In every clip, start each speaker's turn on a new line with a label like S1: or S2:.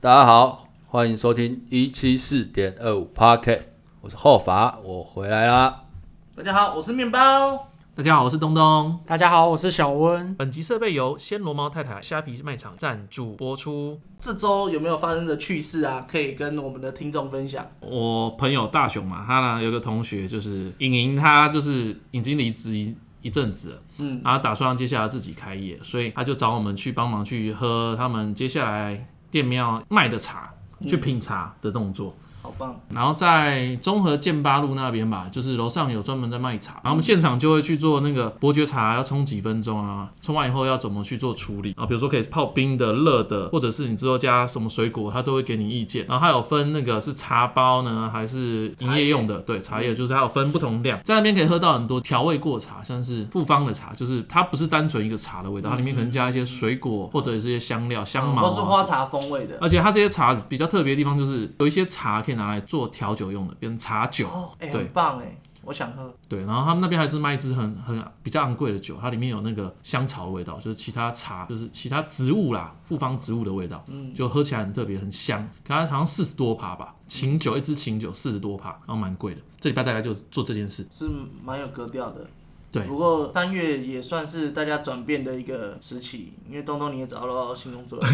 S1: 大家好，欢迎收听一七四点二五 Podcast，我是浩法，我回来啦。
S2: 大家好，我是面包。
S3: 大家好，我是东东。
S4: 大家好，我是小温。
S3: 本集设备由暹罗猫太太虾皮卖场赞助播出。
S2: 这周有没有发生的趣事啊？可以跟我们的听众分享。
S5: 我朋友大雄嘛，他呢有个同学就是莹莹，她就是已经离职一一阵子了，嗯，然后打算接下来自己开业，所以他就找我们去帮忙去喝他们接下来店面要卖的茶，去
S3: 嗯
S5: 品茶的动作。
S2: 好棒，
S5: 然后在中和建八路那边吧，就是楼上有专门在卖茶，然后我们现场就会去做那个伯爵茶，要冲几分钟啊，冲完以后要怎么去做处理啊？比如说可以泡冰的、热的，或者是你之后加什么水果，他都会给你意见。然后它有分那个是茶包呢，还是营业用的？对，茶叶就是它有分不同量，在那边可以喝到很多调味过茶，像是复方的茶，就是它不是单纯一个茶的味道，它里面可能加一些水果或者是一些香料、香茅、
S2: 我
S5: 啊。
S2: 是花茶风味的。
S5: 而且它这些茶比较特别的地方就是，有一些茶可以拿来做调酒用的，变成茶酒。
S2: 哦，哎、
S5: 对
S2: 很棒哎、我想喝。
S5: 对，然后他们那边还是卖一支很很比较昂贵的酒，它里面有那个香草的味道，就是其他茶，就是其他植物啦，复方植物的味道，就喝起来很特别，很香。可它好像四十多趴吧，琴酒一支琴酒四十多趴，然后蛮贵的。这礼拜大概就做这件事。
S2: 是蛮有格调的。
S5: 对
S2: 不过三月也算是大家转变的一个时期，因为东东你也找到新工作 了，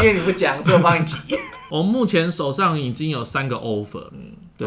S2: 因为你不讲，所以我帮你提。
S5: 我目前手上已经有三个 offer，对，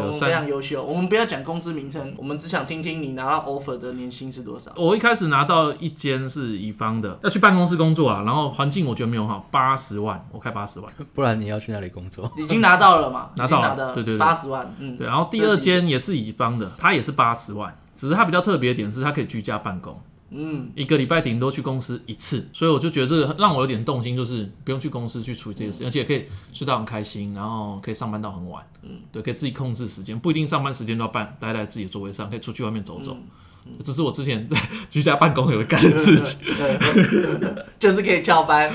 S2: 我
S5: 有
S2: 们
S5: 三
S2: 非常优秀，我们不要讲公司名称，我们只想听听你拿到 offer 的年薪是多少。
S5: 我一开始拿到一间是乙方的，要去办公室工作啊，然后环境我觉得没有很好，八十万，我开八十万。
S1: 不然你要去哪里工作？
S2: 已经拿到了嘛？
S5: 拿到了
S2: 已经拿到
S5: 对对对
S2: 八十万，嗯，
S5: 对，然后第二间也是乙方的，它也是八十万，只是它比较特别的点是它可以居家办公，
S2: 嗯，
S5: 一个礼拜顶多去公司一次，所以我就觉得这个让我有点动心，就是不用去公司去处理这些事，而且可以睡到很开心，然后可以上班到很晚，嗯，对，可以自己控制时间，不一定上班时间都要办，待在自己的座位上，可以出去外面走走。这是我之前 在居家办公有干的 事情，
S2: 对， 就是可以翘班，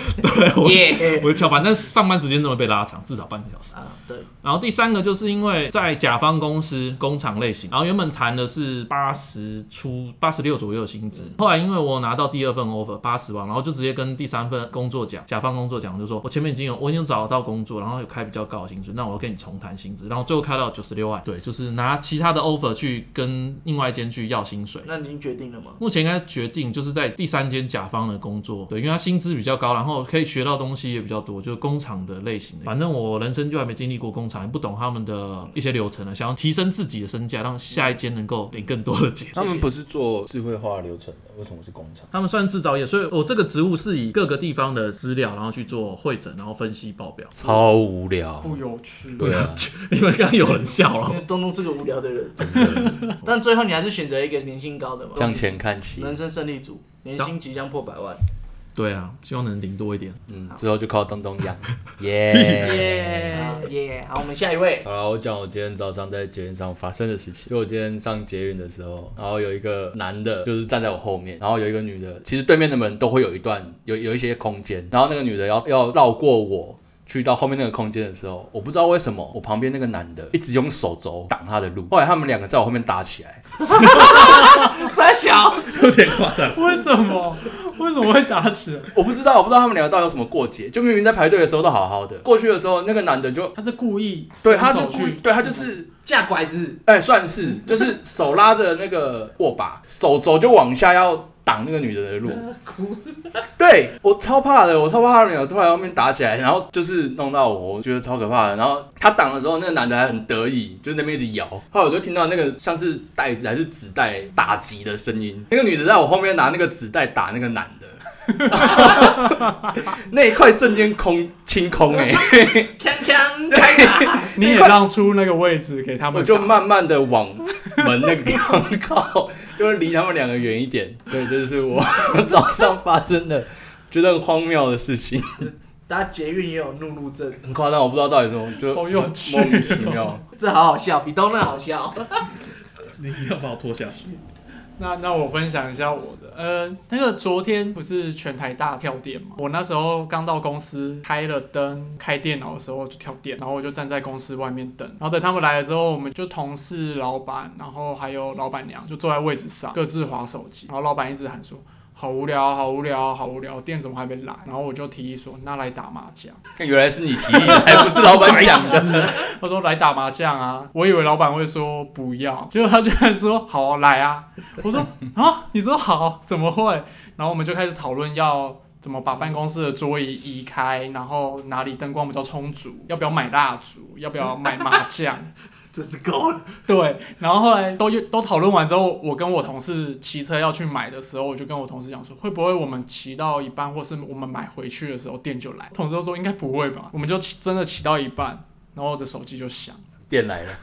S5: 我
S2: 耶，
S5: 我就翘班，但是上班时间都会被拉长，至少半个小时。
S2: 啊，对，
S5: 然后第三个就是因为在甲方公司工厂类型，然后原本谈的是八十出八十六左右的薪资，后来因为我拿到第二份 offer 八十万，然后就直接跟第三份工作讲，甲方工作讲，我就说我前面已经有我已经找到工作，然后有开比较高的薪水，那我要跟你重谈薪资，然后最后开到九十六万，对，就是拿其他的 offer 去跟另外一间去要薪水。
S2: 那你已经决定了吗？
S5: 目前应该决定就是在第三间甲方的工作，对，因为他薪资比较高，然后可以学到东西也比较多，就是工厂的类型的。反正我人生就还没经历过工厂，也不懂他们的一些流程啊了，想要提升自己的身价，让下一间能够领更多的钱。
S1: 他们不是做智慧化流程的，为什么是工厂？
S5: 他们算是制造业，所以我哦这个职务是以各个地方的资料，然后去做会诊，然后分析报表。
S1: 超无聊。
S4: 不有趣，
S1: 对啊，
S5: 你们刚刚有人笑
S2: 因
S5: 了，
S2: 为东东是个无聊的人，
S1: 真的
S2: 但最后你还是选择一个年薪高的嘛，
S1: 向前看齐。
S2: 人生胜利组，年薪即将破百万，
S5: 对啊，希望能领多一点。
S1: 嗯，之后就靠东东 养。耶！
S2: 好耶，啊好，我们下一位，
S1: 好了，我讲我今天早上在捷运上发生的事情。就我今天上捷运的时候，然后有一个男的，就是站在我后面，然后有一个女的，其实对面的门都会有一段有有一些空间，然后那个女的要要绕过我。去到后面那个空间的时候，我不知道为什么，我旁边那个男的一直用手肘挡他的路。后来他们两个在我后面打起来，
S2: 三小，
S4: 为什么？为什么会打起来？
S1: 我不知道，我不知道他们两个到底有什么过节。就明明在排队的时候都好好的，过去的时候那个男的就
S4: 他是故意
S1: 对，
S4: 伸
S1: 他是
S4: 手
S1: 故意
S4: 去，
S1: 对他就是
S2: 架拐子，
S1: 哎、算是，就是手拉着那个握把，手肘就往下要挡那个女人的路。对我超怕的，我超怕他们俩突然后面打起来，然后就是弄到我，我觉得超可怕的。然后他挡的时候，那个男的还很得意，就那边一直摇。后来我就听到那个像是袋子还是纸袋打击的声音，那个女的在我后面拿那个纸袋打那个男的。 那一块瞬间空清空哎、
S2: 锵锵，开打，
S4: 你也让出那个位置给他们
S1: 我
S4: 打，
S1: 就慢慢的往门那个地方靠，就是离他们两个远一点。 对，这就是我早上发生的觉得很荒谬的事情，
S2: 大家捷运也有怒路症，
S1: 很夸张，我不知道到底怎么，就
S4: 好有趣哦
S1: 莫名其妙。
S2: 这好好笑，比东那好笑，
S5: 你要把我拖下水。
S4: 那那我分享一下我的，呃，那个昨天不是全台大跳电嘛？我那时候刚到公司，开了灯，开电脑的时候就跳电，然后我就站在公司外面等，然后等他们来的时候，我们就同事、老板，然后还有老板娘就坐在位置上各自划手机，然后老板一直喊说。好无聊，啊好无聊，好无聊，店怎么还没来？然后我就提议说，那来打麻将。
S1: 看哎原来是你提议的，还不是老板讲的。
S4: 他说来打麻将啊，我以为老板会说不要，结果他居然说好啊、来啊。我说啊，你说好，怎么会？然后我们就开始讨论要怎么把办公室的桌椅移开，然后哪里灯光比较充足，要不要买蜡烛，要不要买麻将。
S2: 真是够了。
S4: 对，然后后来都都讨论完之后，我跟我同事骑车要去买的时候，我就跟我同事讲说，会不会我们骑到一半，或是我们买回去的时候店就来？同事都说应该不会吧，我们就骑真的骑到一半，然后我的手机就响，
S1: 店来了，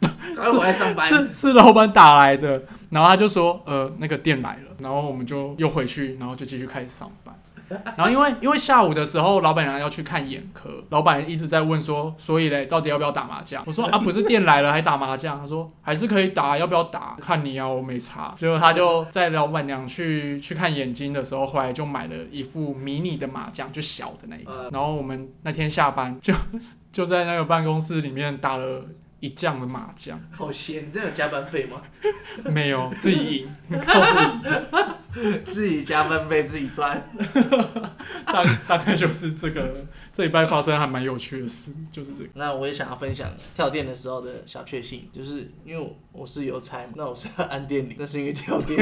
S2: 赶快回来上班
S4: 是。是老板打来的，然后他就说，呃，那个店来了，然后我们就又回去，然后就继续开始上班。然后因为因为下午的时候，老板娘要去看眼科，老板一直在问说，所以嘞，到底要不要打麻将？我说啊，不是店来了还打麻将？他说还是可以打，要不要打？看你啊，我没查。结果他就在老板娘去去看眼睛的时候，回来就买了一副迷你的麻将，就小的那一种
S2: 嗯。
S4: 然后我们那天下班就就在那个办公室里面打了一将的麻将。
S2: 好闲，你真的有加班费吗？
S4: 没 有，自己赢，靠自己赢，
S2: 自己加班费自己赚。
S4: 大大概就是这个这礼拜发生还蛮有趣的事，就是这个。
S2: 那我也想要分享跳电的时候的小确幸，就是因为我我是邮差嘛，那我是要按电铃，那是因为跳电。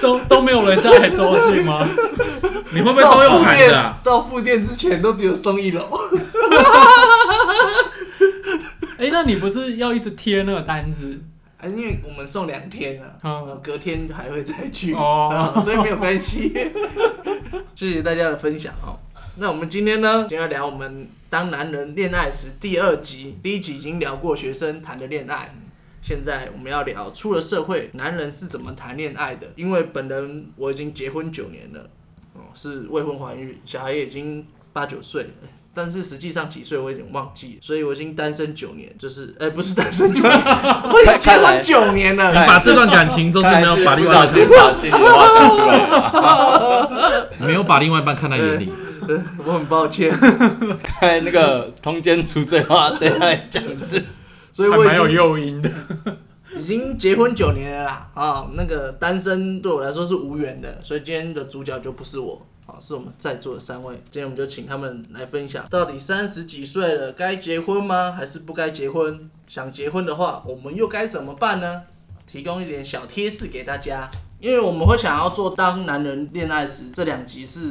S4: 都都没有人下来收信吗？
S5: 你会不会都用喊的啊、
S2: 到复电之前都只有送一楼。
S4: 哎、那你不是要一直贴那个单子？
S2: 啊，因为我们送两天啊，
S4: 嗯
S2: 呃隔天还会再去，
S4: 哦
S2: 啊所以没有关系。 谢谢大家的分享哦。那我们今天呢，就要聊我们《当男人恋爱时》第二集。第一集已经聊过学生谈的恋爱，现在我们要聊出了社会男人是怎么谈恋爱的。因为本人我已经结婚九年了，哦，是未婚怀孕，小孩也已经八九岁了。但是实际上几岁我有点忘记了，所以我已经单身九年，就是，呃，不是单身九年，我已经结婚九年了，
S5: 你把这段感情 都是没有把另
S1: 不
S5: 外
S1: 小
S5: 一
S1: 心
S5: 半
S1: 把心里的话讲出来了。
S5: 没有把另外一半看在眼里，
S2: 我很抱歉，
S1: 哎，那个通奸除罪化对他来讲是
S2: 所以
S4: 还
S2: 我
S4: 蛮有
S2: 已经
S4: 诱因 的。
S2: 已经结婚九年了啦啊、那个单身对我来说是无缘的，所以今天的主角就不是我。啊，是我们在座的三位，今天我们就请他们来分享，到底三十几岁了该结婚吗？还是不该结婚？想结婚的话，我们又该怎么办呢？提供一点小贴士给大家，因为我们会想要做《当男人恋爱时》这两集，是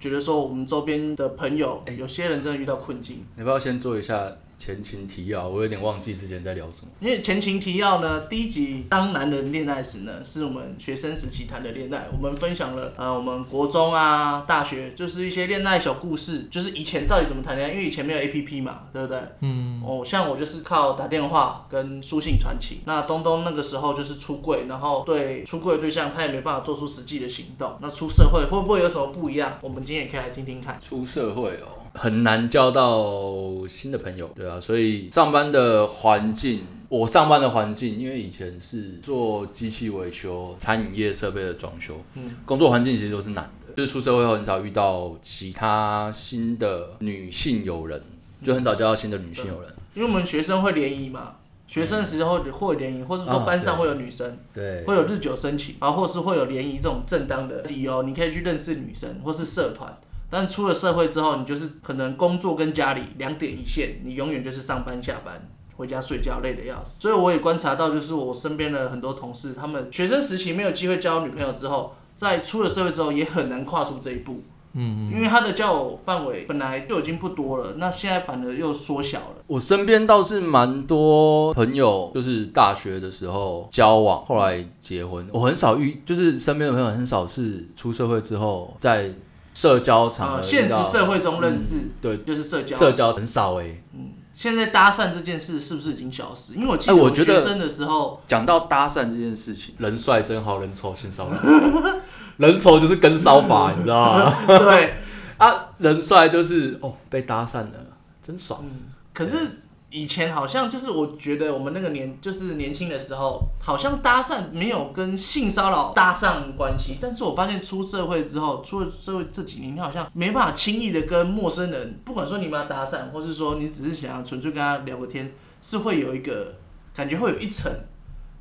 S2: 觉得说我们周边的朋友，有些人真的遇到困境，
S1: 你要不要先做一下前情提要？我有点忘记之前在聊什么。
S2: 因为前情提要呢，第一集《当男人恋爱时》呢，是我们学生时期谈的恋爱，我们分享了呃，我们国中啊、大学，就是一些恋爱小故事，就是以前到底怎么谈恋爱，因为以前没有 A P P 嘛，对不对？嗯。哦，像我就是靠打电话跟书信传情。那东东那个时候就是出柜，然后对出柜的对象他也没办法做出实际的行动。那出社会会不会有什么不一样？我们今天也可以来听听看。
S1: 出社会哦，很难交到新的朋友，对啊，所以上班的环境。我上班的环境，因为以前是做机器维修、餐饮业设备的装修，
S2: 嗯
S1: 工作环境其实都是难的，就是出社会后很少遇到其他新的女性友人，就很少交到新的女性友人。
S2: 因为我们学生会联谊嘛，学生的时候会联谊，或者说
S1: 啊
S2: 班上
S1: 对
S2: 会有女生。
S1: 对，
S2: 会有日久生情，然后或是会有联谊这种正当的理由，你可以去认识女生或是社团。但出了社会之后，你就是可能工作跟家里两点一线，你永远就是上班下班。回家睡觉累得要死，所以我也观察到，就是我身边的很多同事，他们学生时期没有机会交女朋友之后，在出了社会之后也很难跨出这一步。嗯，因为他的交友范围本来就已经不多了，那现在反而又缩小了。
S1: 我身边倒是蛮多朋友，就是大学的时候交往，后来结婚。我很少遇，就是身边的朋友很少是出社会之后在社交场合遇
S2: 呃，
S1: 到、嗯
S2: 现实社会中认识、
S1: 对
S2: 就是社交，
S1: 社交很少哎、
S2: 现在搭讪这件事是不是已经消失？因为我记
S1: 哎我
S2: 我
S1: 觉
S2: 学
S1: 得
S2: 生的 时候，
S1: 讲到搭讪这件事情，人帅真好，人丑性骚扰。 人丑就是跟骚法，你知道 吗？
S2: 对，
S1: 啊，人帅就是哦，被搭讪了，真爽。
S2: 可是以前好像就是我觉得我们那个年就是年轻的时候，好像搭讪没有跟性骚扰搭上关系，但是我发现出社会之后，出了社会这几年，你好像没办法轻易的跟陌生人，不管说你们要搭讪，或是说你只是想要纯粹跟他聊个天，是会有一个感觉会有一层，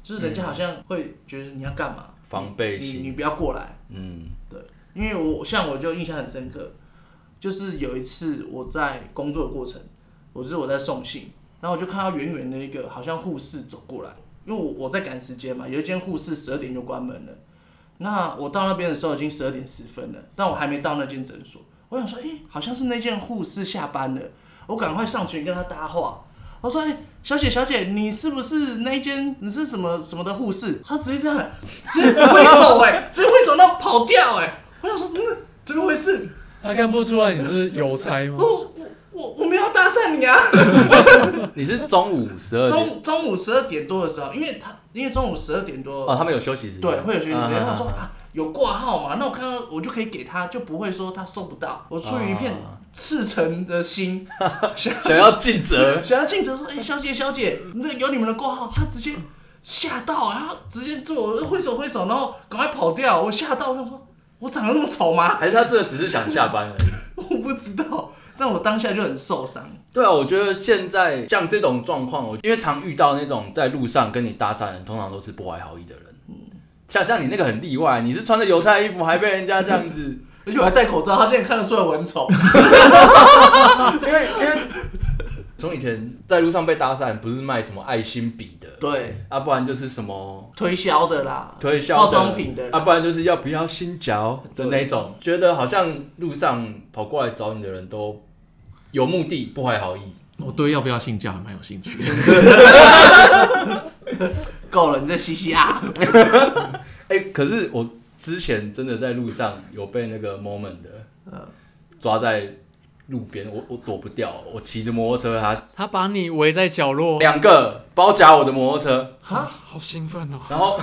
S2: 就是人家好像会觉得你要干嘛。
S1: 防备
S2: 你你
S1: 心，
S2: 不要过来，
S1: 嗯，
S2: 因为我像我就印象很深刻，就是有一次我在工作的过程，我就是我在送信，然后我就看到远远的一个好像护士走过来，因为我我在赶时间嘛，有一间护士十二点就关门了，那我到那边的时候已经十二点十分了，但我还没到那间诊所，我想说，诶、好像是那间护士下班了，我赶快上去跟她搭话。我说：“诶，小姐，小姐，你是不是那间？你是什么什么的护士？”她直接这样，直接挥手、哎，直接挥手，那跑掉、哎，我想说，嗯，怎么回事？
S4: 他看不出来你是邮差吗
S2: 我？我我我没有搭讪你啊！
S1: 你是中午十二点
S2: 中中午十二点多的时候，因为他因为中午十二点多，
S1: 哦，他们有休息时间，
S2: 对，会有学生
S1: 嗯
S2: 然后
S1: 嗯
S2: 说
S1: 嗯
S2: 啊有挂号嘛，那我看到我就可以给他，就不会说他收不到。我出于一片
S1: 啊
S2: 赤诚的心，想
S1: 想要尽责，
S2: 想要尽责说，哎、小姐小姐，那有你们的挂号，他直接吓到，然后直接对我挥手挥手，然后赶快跑掉，我吓到，我想说我长得那么丑吗？
S1: 还是他真的只是想下班而已？
S2: 我不知道，但我当下就很受伤。
S1: 对啊，我觉得现在像这种状况，我因为常遇到那种在路上跟你搭讪的人，通常都是不怀好意的人。像像你那个很例外，你是穿着邮差衣服还被人家这样子，
S2: 而且我还戴口罩，他竟然看得出来我 很丑。
S1: 因为因为从以前在路上被搭讪，不是卖什么爱心笔的，
S2: 对，
S1: 啊，不然就是什么
S2: 推销的啦，
S1: 推销的
S2: 化妆品的
S1: 啊，
S2: 啦，
S1: 不然就是要不要心嚼的那种，觉得好像路上跑过来找你的人都有目的，不怀好意。
S5: 我对要不要性价还蛮有兴趣。
S2: 够了，你在嘻嘻啊！
S1: 哎、可是我之前真的在路上有被那个 moment 的，抓在路边，我我躲不掉，我骑着摩托车，他
S4: 他把你围在角落，
S1: 两个包夹我的摩托车，
S4: 好兴奋哦！
S1: 然后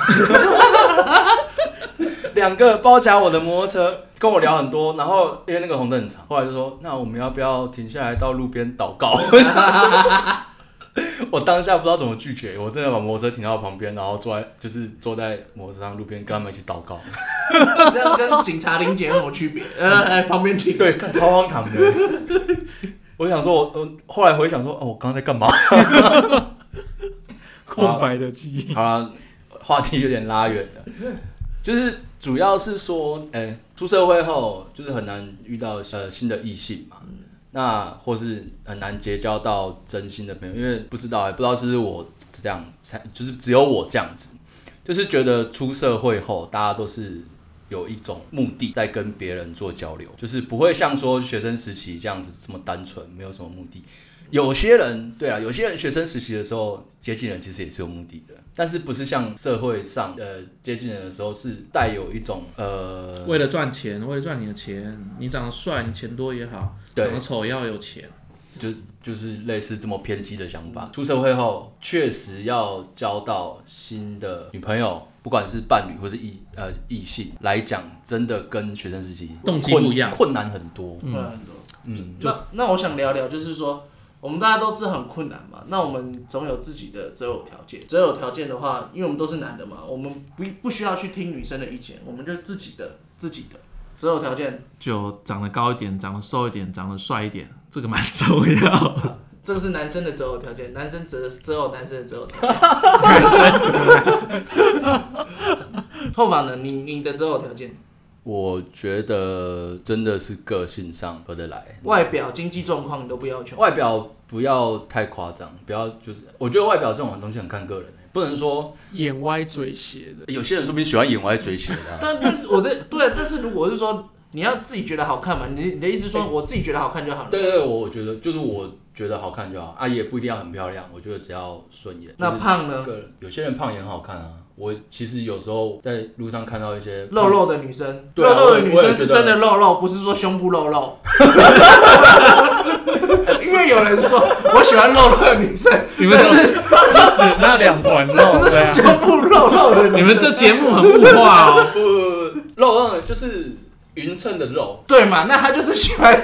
S1: 两个包夹我的摩托车，跟我聊很多，然后因为那个红灯很长，后来就说那我们要不要停下来到路边祷告？ 我当下不知道怎么拒绝，我真的把摩托车停到旁边，然后坐在就是坐在摩托车上路边跟他们一起祷告。
S2: 这样跟警察临检有什么 区别？呃，哎旁边停。
S1: 对，看超荒唐的。 我想说我，我后来回想说，哦，我刚刚在干嘛？
S4: 空白的记忆，
S1: 好了，话题有点拉远了，就是主要是说，哎、出社会后就是很难遇到呃新的异性嘛，那或是很难结交到真心的朋友，因为不知道、哎，不知道是不是我这样才，就是只有我这样子，就是觉得出社会后大家都是。有一种目的在跟别人做交流，就是不会像说学生时期这样子这么单纯，没有什么目的。有些人对啊，有些人学生实习的时候接近人其实也是有目的的，但是不是像社会上呃接近人的时候是带有一种呃
S5: 为了赚钱，为了赚你的钱，你长得帅，你钱多也好；
S1: 对
S5: 长得丑也要有钱。
S1: 就就是类似这么偏激的想法。出社会后确实要交到新的女朋友，不管是伴侣或是异呃异性来讲，真的跟学生时期
S5: 动机
S1: 困
S5: 不一样
S1: 困难很多。
S2: 困难很多。
S1: 嗯，
S2: 那那我想聊聊，就是说，我们大家都知道很困难嘛，那我们总有自己的择偶条件。择偶条件的话，因为我们都是男的嘛，我们不不需要去听女生的意见，我们就自己的自己的择偶条件，
S5: 就长得高一点，长得瘦一点，长得帅一点，这个蛮重要。
S2: 这个是男生的择偶条件，男生择择偶男生的择偶条件。后方呢？你你的择偶条件，
S1: 我觉得真的是个性上合得来，
S2: 外表、经济状况你都不要求，
S1: 外表不要太夸张，不要就是，我觉得外表这种东西很看个人、欸不能说
S4: 眼歪嘴斜的，
S1: 有些人说不定喜欢眼歪嘴斜的啊、
S2: 但但是我的对，但是如果是说你要自己觉得好看嘛，你你的意思是说我自己觉得好看就好了。
S1: 对对，对我我觉得就是我觉得好看就好啊，也不一定要很漂亮，我觉得只要顺眼。
S2: 那胖
S1: 就是
S2: 呢？
S1: 个人有些人胖也很好看啊，我其实有时候在路上看到一些
S2: 肉肉的女生，
S1: 对
S2: 肉
S1: 啊
S2: 肉的
S1: 我也
S2: 女
S1: 我
S2: 生
S1: 也
S2: 是
S1: 觉得
S2: 真的肉肉，不是说胸部肉肉。 因为有人说我喜欢肉肉的女生，
S5: 你们
S2: 但
S5: 这
S2: 是
S4: 只啊那两团肉，
S1: 哦
S2: 但
S4: 对啊
S2: 是胸部肉肉的女生，
S5: 你们这节目很物化哦。
S1: 不不不肉肉的就是匀称的肉，
S2: 对嘛？那她就是喜欢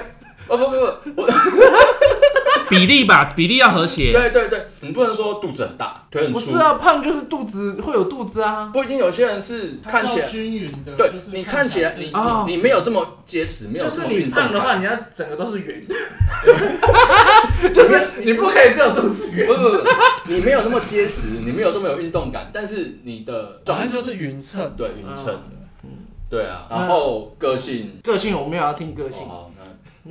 S1: 哦不不不，我
S5: 比例吧，比例要和谐。
S1: 对对对，你不能说肚子很大，腿很
S2: 不
S1: 粗，
S2: 是啊？胖就是肚子会有肚子啊。
S1: 不一定有些人是看起来。
S4: 均匀的
S1: 对你看起来，
S4: 是
S1: 你
S2: 啊
S1: 你你没有这么结实，没有
S2: 就
S1: 这
S2: 是
S1: 么
S2: 你
S1: 运动
S2: 胖的
S1: 感
S2: 话，你要整个都是圆的。就是你不可以只有肚子圆
S1: 不，不不，你没有那么结实，你没有这么有运动感，但是你的
S4: 反
S1: 状
S4: 正
S1: 态
S4: 就是匀称。
S1: 对匀称的，
S2: 嗯
S1: 对啊，然后个性，
S2: 个性我没有要听个性，
S1: 哦，那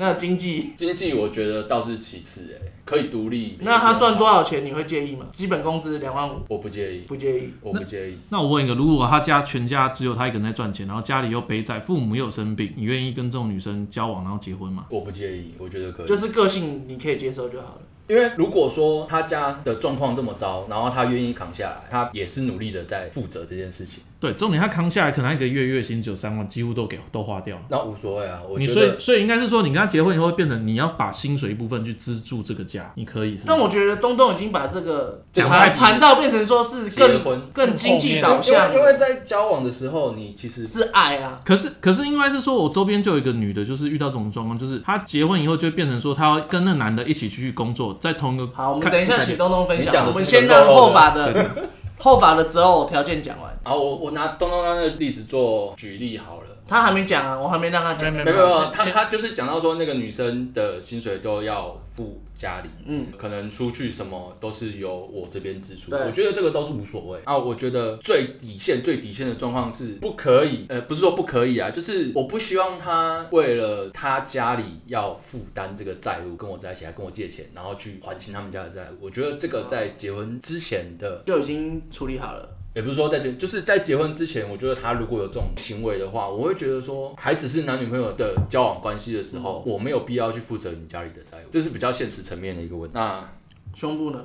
S2: 那经济，
S1: 经济我觉得倒是其次，哎，可以独立。
S2: 那他赚多？少钱你会介意吗？基本工资两万五，
S1: 我不介意，
S2: 不介意。
S1: 我不介意。
S5: 那我问一个，如果他家全家只有他一个人在赚钱，然后家里又背债，父母又有生病，你愿意跟这种女生交往然后结婚吗？
S1: 我不介意，我觉得可以。
S2: 就是个性你可以接受就好了。
S1: 因为如果说他家的状况这么糟，然后他愿意扛下来，他也是努力的在负责这件事情，
S5: 对，重点他扛下来，可能他一个月月薪只有三万，几乎都给都花掉了。
S1: 那无所谓啊。我
S5: 你
S1: 觉
S5: 所以
S1: 得
S5: 所以应该是说，你跟他结婚以后，会变成你要把薪水一部分去资助这个家，你可以是吗。
S2: 但我觉得东东已经把这个
S1: 讲太
S2: 盘
S1: 低
S2: 盘到变成说是
S1: 结
S2: 更
S1: 婚，
S2: 更经济
S1: 因
S2: 导向
S1: 为，因为在交往的时候，你其实
S2: 是爱啊。
S5: 可是，可是应该是说，我周边就有一个女的，就是遇到这种状况，就是她结婚以后就会变成说，她要跟那男的一起去工作，在同一个
S2: 好，我们
S5: 看
S2: 等一下
S5: 看
S2: 请东东分
S1: 你讲
S2: 享，
S1: 的
S2: 我
S1: 是
S2: 们先
S1: 那个
S2: 让
S1: 肉肉
S2: 后法的后法的择偶条件讲完。
S1: 啊，我我拿东东他那个例子做举例好了。
S2: 他还没讲啊，我还没让他讲。
S4: 没
S1: 没有没有，他
S4: 先
S1: 他就是讲到说那个女生的薪水都要付家里，嗯，可能出去什么都是由我这边支出，
S2: 对
S1: 我觉得这个都是无所谓啊。我觉得最底线最底线的状况是不可以，呃，不是说不可以啊，就是我不希望他为了他家里要负担这个债务，跟我在一起还跟我借钱，然后去还清他们家的债务。我觉得这个在结婚之前的
S2: 就已经处理好了。
S1: 也不是说在结，就是在结婚之前，我觉得他如果有这种行为的话，我会觉得说，还只是男女朋友的交往关系的时候，我没有必要去负责你家里的债务，这是比较现实层面的一个问题。那
S2: 胸部呢？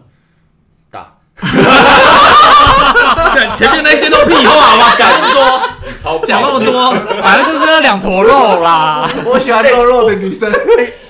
S1: 大
S5: 干前面那些都屁话，好吧，
S1: 讲 那么多，超
S5: 讲那么多，
S4: 反正就是那两坨 肉啦。
S2: 我喜欢肉肉的女生。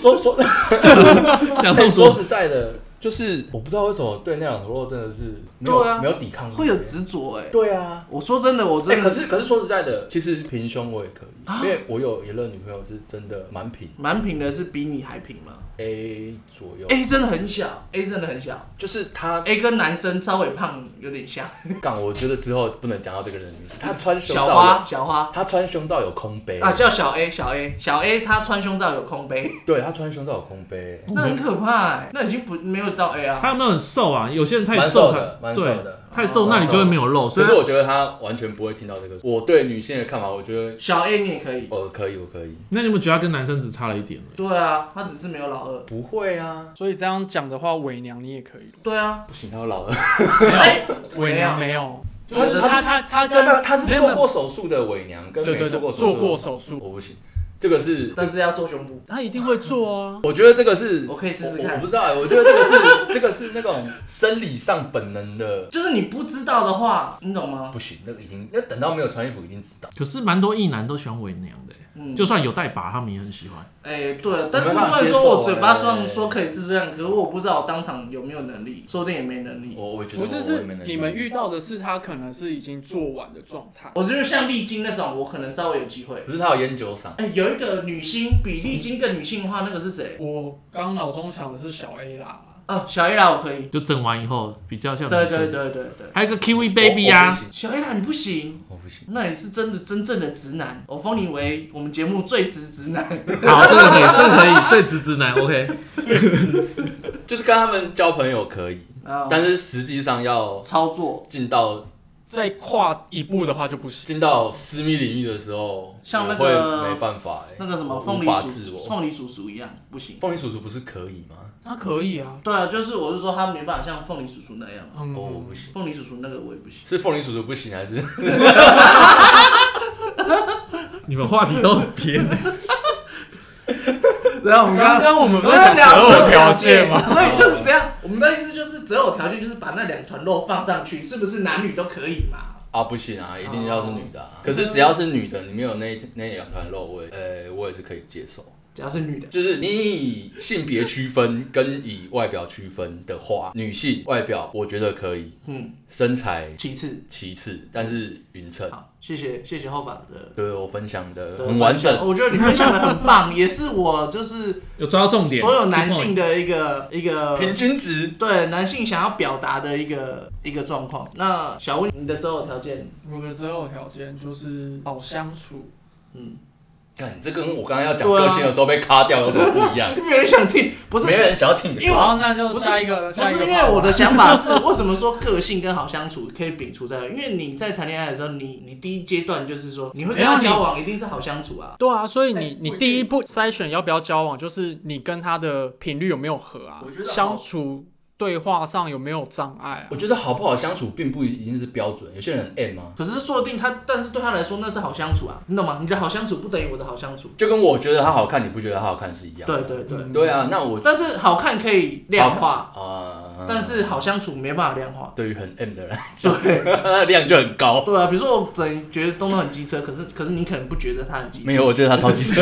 S1: 说说，
S5: 讲那
S1: 哎
S5: 么
S1: 说
S5: 多，
S1: 实在的，就是我不知道为什么对那两头肉真的是没
S2: 对啊
S1: 有没有抵抗力，
S2: 会有执着哎。
S1: 对啊。
S2: 我说真的，我
S1: 哎、
S2: 真的
S1: 可是可是说实在的，其实平胸我也可以，因为我有一任女朋友是真的蛮平
S2: 蛮平的，是比你还平吗
S1: A 左右，
S2: ？A 真的很小，A 真的很小
S1: 就是她
S2: ，A 跟男生稍微胖有点像。
S1: 杠，我觉得之后不能讲到这个人的名字。他穿胸
S2: 小
S1: 罩有，
S2: 花，小花
S1: 他穿胸罩有空杯
S2: 啊，叫小 A，小 A，小 A 她穿胸罩有空杯，
S1: 对他穿胸罩有空杯，
S2: 那很可怕哎，那已经不没有到 A 啊。
S5: 她有没有很瘦啊？有些人太
S1: 蛮
S5: 瘦
S1: 瘦
S5: 才
S1: 的，蛮瘦
S5: 对，
S1: 的。
S5: 太瘦
S1: 哦
S5: 那你就会没有肉，
S1: 可
S5: 所以
S1: 是我觉得他完全不会听到这个。我对女性的看法，我觉得
S2: 小 A 你也可以，
S1: 我可以，我可以，
S5: 那你有没有觉得她跟男生只差了一点而已？
S2: 对啊，她只是没有老二，
S1: 不会啊，
S4: 所以这样讲的话，伪娘你也可以。
S2: 对啊，
S1: 不行，他要 老了。
S2: 哎，
S4: 伪娘没有，就
S1: 他
S4: 是
S1: 他啊
S4: 他
S1: 是
S4: 他他
S1: 对
S4: 跟
S1: 他是
S4: 没有
S1: 做过手术的伪娘，跟
S4: 对
S1: 没
S4: 对
S1: 做
S4: 对
S1: 过手
S4: 做过
S1: 术
S4: 手
S1: 的，
S4: 术，
S1: 我不行。这个是，
S2: 但是要做胸部，
S4: 他一定会 做啊。
S1: 我觉得这个是，
S2: 我可以试试
S1: 我我
S2: 看
S1: 不。知道欸，我觉得这个是这个是那种生理上本能的，
S2: 就是你不知道的话，你懂吗？
S1: 不行，那个已经，那等到没有穿衣服已经知道。
S5: 可是蛮多异男都喜欢伪娘的欸、
S2: 嗯
S5: 就算有带把，他们也很喜欢。
S2: 哎、对，但是
S1: 没办法
S2: 虽然
S1: 接
S2: 说
S1: 受
S2: 我嘴巴
S1: 哎
S2: 上说可以是这样，可是我不知道我当场有没有能力，说不定也没能力。
S1: 我我也觉得
S4: 不是
S1: 我
S4: 是
S1: 我也没能力
S4: 你们遇到的是他可能是已经做完的状态。
S2: 我觉得像丽晶那种，我可能稍微有机会。
S1: 可是他有烟酒嗓，
S2: 哎、有一个女星比丽晶更女性化，那个是谁？
S4: 我刚脑中想的是小 A 啦，
S2: 哦，小 A 啦，我可以。
S5: 就整完以后比较像
S2: 对
S5: 女生。
S2: 对对对对，
S5: 还有一个 Kiwi Baby
S1: 我我
S5: 啊
S1: 不，行
S2: 小 A 啦，你不行，
S1: 我不行。
S2: 那你是真的真正的直男，我封你为我们节目最直直男。
S5: 好，这个可以，这个可以，最直直男，OK。
S1: 就是跟他们交朋友可以，
S2: 啊，
S1: 但是实际上要
S2: 操作，
S1: 进到
S4: 再跨一步的话就不行。
S1: 进到私密领域的时候，
S2: 像那
S1: 我会
S2: 个
S1: 没办法、欸，
S2: 那个什么
S1: 我
S2: 凤
S1: 无
S2: 梨
S1: 法自
S2: 叔，
S1: 我。
S2: 凤梨叔叔一样，不行。
S1: 凤梨叔叔不是可以吗？
S4: 他可以啊，
S2: 对啊，就是我是说他没办法像凤梨叔叔那样啊，
S4: 嗯，
S1: 哦，我不行，
S2: 凤梨叔叔那个我也不行。
S1: 是凤梨叔叔不行还是？
S5: 你们话题都很偏，
S2: 然后我们
S4: 刚
S2: 刚
S4: 刚我们
S2: 我
S4: 不是在讲择偶条件吗？
S2: 所以就是这样，我们的意思就是择偶条件就是把那两团肉放上去，是不是男女都可以嘛？
S1: 啊，不行啊，一定要是女的、
S2: 哦
S1: 啊。可是只要是女的，你没有那那两团肉，我也呃，我也是可以接受。
S2: 只要是女的，
S1: 就是你以性别区分跟以外表区分的话，女性外表我觉得可以，
S2: 嗯，
S1: 身材
S2: 其次。
S1: 其次，但是匀称。
S2: 好，谢谢谢谢后爸的
S1: 对我分享的
S2: 的
S1: 很完
S2: 分享
S1: 整，
S2: 我觉得你分享的很棒，也是我就是
S5: 有抓到重点。
S2: 所有男
S5: Keep
S2: 性
S5: going
S2: 的一个一个
S1: 平均值。
S2: 对男性想要表达的一个一个状况。那小吴，你的择偶条件，
S4: 我的择偶条件就是好相处，
S2: 嗯，
S1: 看，这跟我刚刚要讲
S2: 对啊
S1: 个性的时候被卡掉有什么不一样？
S2: 没有人想听，不是
S1: 没有人想要听你的
S2: 因为
S1: 歌。
S4: 好，那就下一
S2: 不
S4: 个，下一
S2: 是
S4: 个
S2: 因
S4: 吧。
S2: 为我的想法是，为什么说个性跟好相处可以摒除在外？因为你在谈恋爱的时候，你你第一阶段就是说，你会跟他
S4: 没有你
S2: 交往一定是好相处啊。
S4: 对啊，所以你你第一步筛选要不要交往，就是你跟他的频率有没有合啊
S1: 我觉，得好
S4: 相处对话上有没有障碍啊
S1: 我？觉得好不好相处并不一定是标准，有些人很 M 啊，
S2: 可是说不定他，但是对他来说那是好相处啊，你懂吗？你的好相处不等于我的好相处。
S1: 就跟我觉得他好看，你不觉得他好看是一样
S2: 对
S1: 的。
S2: 对对，
S1: 对啊，那我
S2: 但是好看可以量化，
S1: 啊，
S2: 但是好相处没办法量化。
S1: 对于很 M 的人，
S2: 对
S1: 量就很高。
S2: 对啊，比如说我可能觉得东东很机车，可是可是你可能不觉得他很机车，
S1: 没有，我觉得他超级色。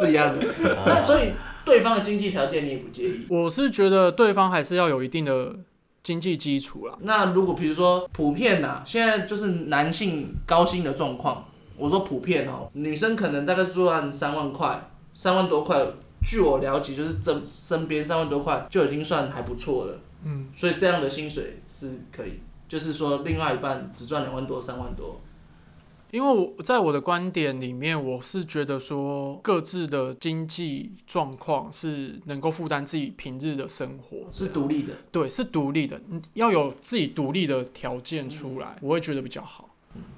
S2: 是一样的。那所以对方的经济条件你也不介意。
S4: 我是觉得对方还是要有一定的经济基础啦。
S2: 那如果比如说普遍呐、现在就是男性高薪的状况，我说普遍哦，女生可能大概赚三万块，三万多块，据我了解，就是这身边三万多块就已经算还不错了。
S4: 嗯，
S2: 所以这样的薪水是可以，就是说另外一半只赚两万多、三万多，
S4: 因为我在我的观点里面，我是觉得说各自的经济状况是能够负担自己平日的生活，
S2: 是独立的。
S4: 对，是独立的，嗯要有自己独立的条件出
S2: 嗯
S4: 来，我会觉得比较好。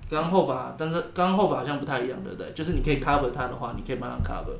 S2: 刚后法，但是刚后法好像不太一样，对不对？就是你可以 cover 他的话，你可以帮他 cover。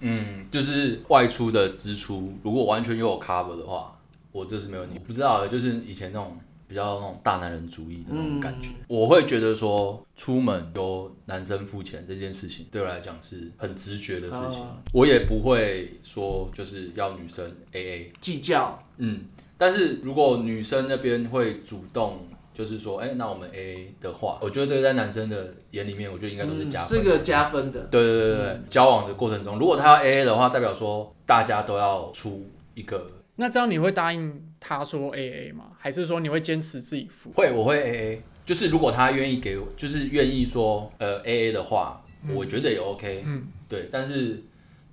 S1: 嗯，就是外出的支出，如果完全由我 cover 的话，我这是没有问题。我不知道，就是以前那种比较那种大男人主义的那种感觉，
S2: 嗯
S1: 我会觉得说出门由男生付钱这件事情，对我来讲是很直觉的事情，
S2: 啊
S1: 我也不会说就是要女生 AA。
S2: 计较，
S1: 嗯，但是如果女生那边会主动，就是说，哎、那我们 A 的话，我觉得这个在男生的眼里面，我觉得应该都是加分。
S2: 嗯这个加分的。
S1: 对对对对，对
S4: 嗯
S1: 交往的过程中，如果他要 A A 的话，代表说大家都要出一个
S4: 那这样你会答应他说 A A 吗？还是说你会坚持自己付？
S1: 会，我会 A A，就是如果他愿意给我，就是愿意说，呃，A A 的话，我觉得也 OK，
S4: 嗯，
S1: 对。但是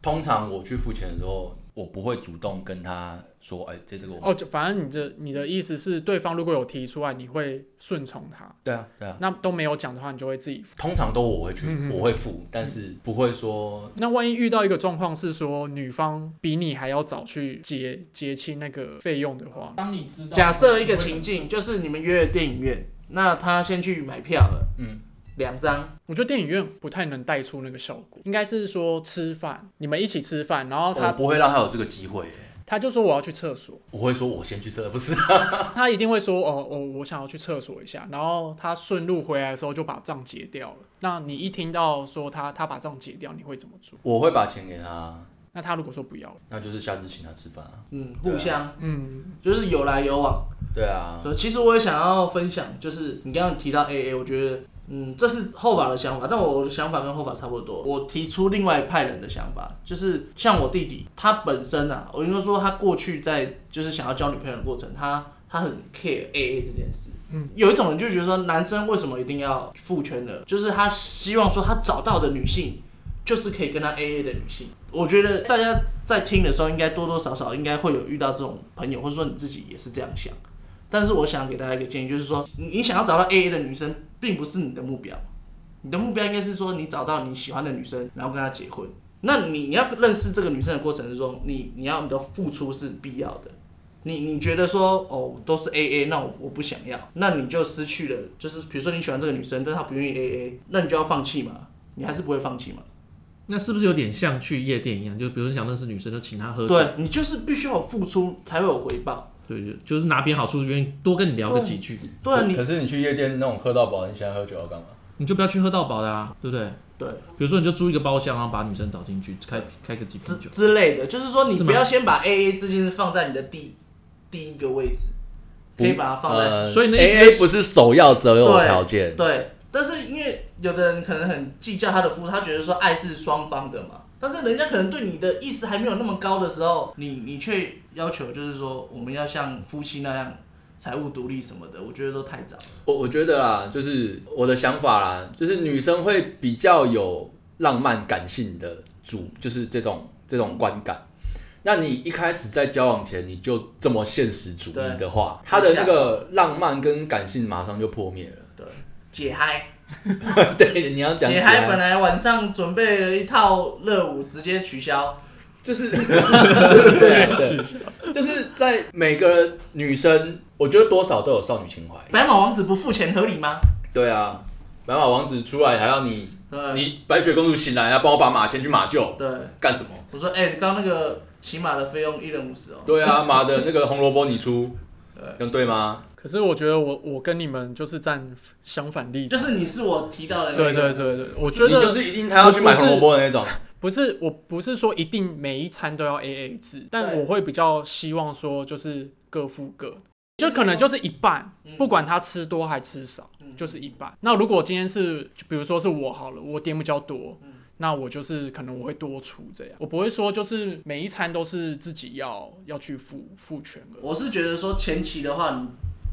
S1: 通常我去付钱的时候，我不会主动跟他说，哎、这这个我，
S4: 哦，就反正你的你的意思是，对方如果有提出来，你会顺从他；
S1: 对啊，对啊，
S4: 那都没有讲的话，你就会自己付。
S1: 通常都我会去，
S4: 嗯
S1: 我会付，但是不会说
S4: 那万一遇到一个状况是说女方比你还要早去结结清那个费用的话，当你知
S2: 假设一个情，境，就是你们约了电影院，那他先去买票了，
S1: 嗯，
S2: 两张，
S4: 我觉得电影院不太能带出那个效果，应该是说吃饭，你们一起吃饭，然后
S1: 呃我
S4: 哦他
S1: 不会让他有这个机会耶，欸
S4: 他就说我要去厕所，
S1: 我会说我先去厕，不是？
S4: 他一定会说哦哦，我想要去厕所一下，然后他顺路回来的时候就把账结掉了。那你一听到说他他把账结掉，你会怎么做？
S1: 我会把钱给他，
S4: 那他如果说不要，
S1: 那就是下次请他吃饭啊。
S2: 嗯，
S1: 对啊
S2: 互相、
S4: 嗯，
S2: 就是有来有往。
S1: 对啊，
S2: 对，其实我也想要分享，就是你刚刚提到 AA，我觉得，嗯，这是后法的想法，但我的想法跟后法差不多。我提出另外一派人的想法，就是像我弟弟，他本身啊，我应该说他过去在就是想要交女朋友的过程，他他很 care AA 这件事。嗯，有一种人就觉得说，男生为什么一定要父权呢？就是他希望说他找到的女性就是可以跟他 AA 的女性。我觉得大家在听的时候，应该多多少少应该会有遇到这种朋友，或者说你自己也是这样想。但是我想给大家一个建议，就是说，你你想要找到 AA 的女生，并不是你的目标，你的目标应该是说，你找到你喜欢的女生，然后跟她结婚。那你你要认识这个女生的过程之中，你你要你的付出是必要的。你你觉得说哦都是 A A，那我我不想要，那你就失去了，就是比如说你喜欢这个女生，但是她不愿意 A A，那你就要放弃嘛，你还是不会放弃嘛？
S5: 那是不是有点像去夜店一样？就比如你想认识女生，就请她喝酒，
S2: 对你就是必须要有付出才会有回报，
S5: 对，就就是拿别人好处，愿意多跟你聊个
S2: 对
S5: 几句，
S2: 对啊，你
S1: 可是你去夜店那种喝到饱，你喜欢喝酒要干嘛？
S5: 你就不要去喝到饱的啊，对不对？
S2: 对。
S5: 比如说你就租一个包厢，然后把女生找进去，开开个几
S2: 之
S5: 瓶酒，
S2: 之类的，就是说你
S5: 是吗
S2: 不要先把 A A 这件事放在你的第第一个位置，可以把它放在、
S1: 呃
S5: 所以那意思
S1: A A 不是首要择偶条件，
S2: 对。但是因为有的人可能很计较他的付出，他觉得说爱是双方的嘛，但是人家可能对你的意思还没有那么高的时候，你你却要求就是说我们要像夫妻那样财务独立什么的，我觉得都太早了。
S1: 我我觉得啦，就是我的想法啦，就是女生会比较有浪漫感性的主，就是这种这种观感。那你一开始在交往前你就这么现实主义的话，她的那个浪漫跟感性马上就破灭了。
S2: 对，解嗨，
S1: 对，你要讲
S2: 姐
S1: 解
S2: 还
S1: 啊
S2: 本来晚上准备了一套热舞，直接取消。
S1: 就是 对啊对就是在每个女生，我觉得多少都有少女情怀。
S2: 白马王子不付钱合理吗？
S1: 对啊，白马王子出来还要你，
S2: 对
S1: 你白雪公主醒来要帮我把马牵去马厩，
S2: 对，
S1: 干什么？
S2: 我说哎，刚、刚那个骑马的费用一人五十哦。
S1: 对 啊，妈的那个红萝卜你出，这样对吗？
S4: 可是我觉得我我跟你们就是站相反立
S2: 就
S4: 场。
S2: 是你是我提到的那个，
S4: 对对对对，我觉
S1: 你
S4: 得
S1: 就是一定他要去买红萝卜的那种。
S4: 不是，我不是说一定每一餐都要 A A 制，但
S2: 对
S4: 我会比较希望说就是各付各，就可能就是一半，
S2: 嗯
S4: 不管他吃多还吃少，就是一半。那如果今天是，就比如说是我好了，我点比较多。那我就是可能我会多出这样，我不会说就是每一餐都是自己要要去付付全额。
S2: 我是觉得说前期的话，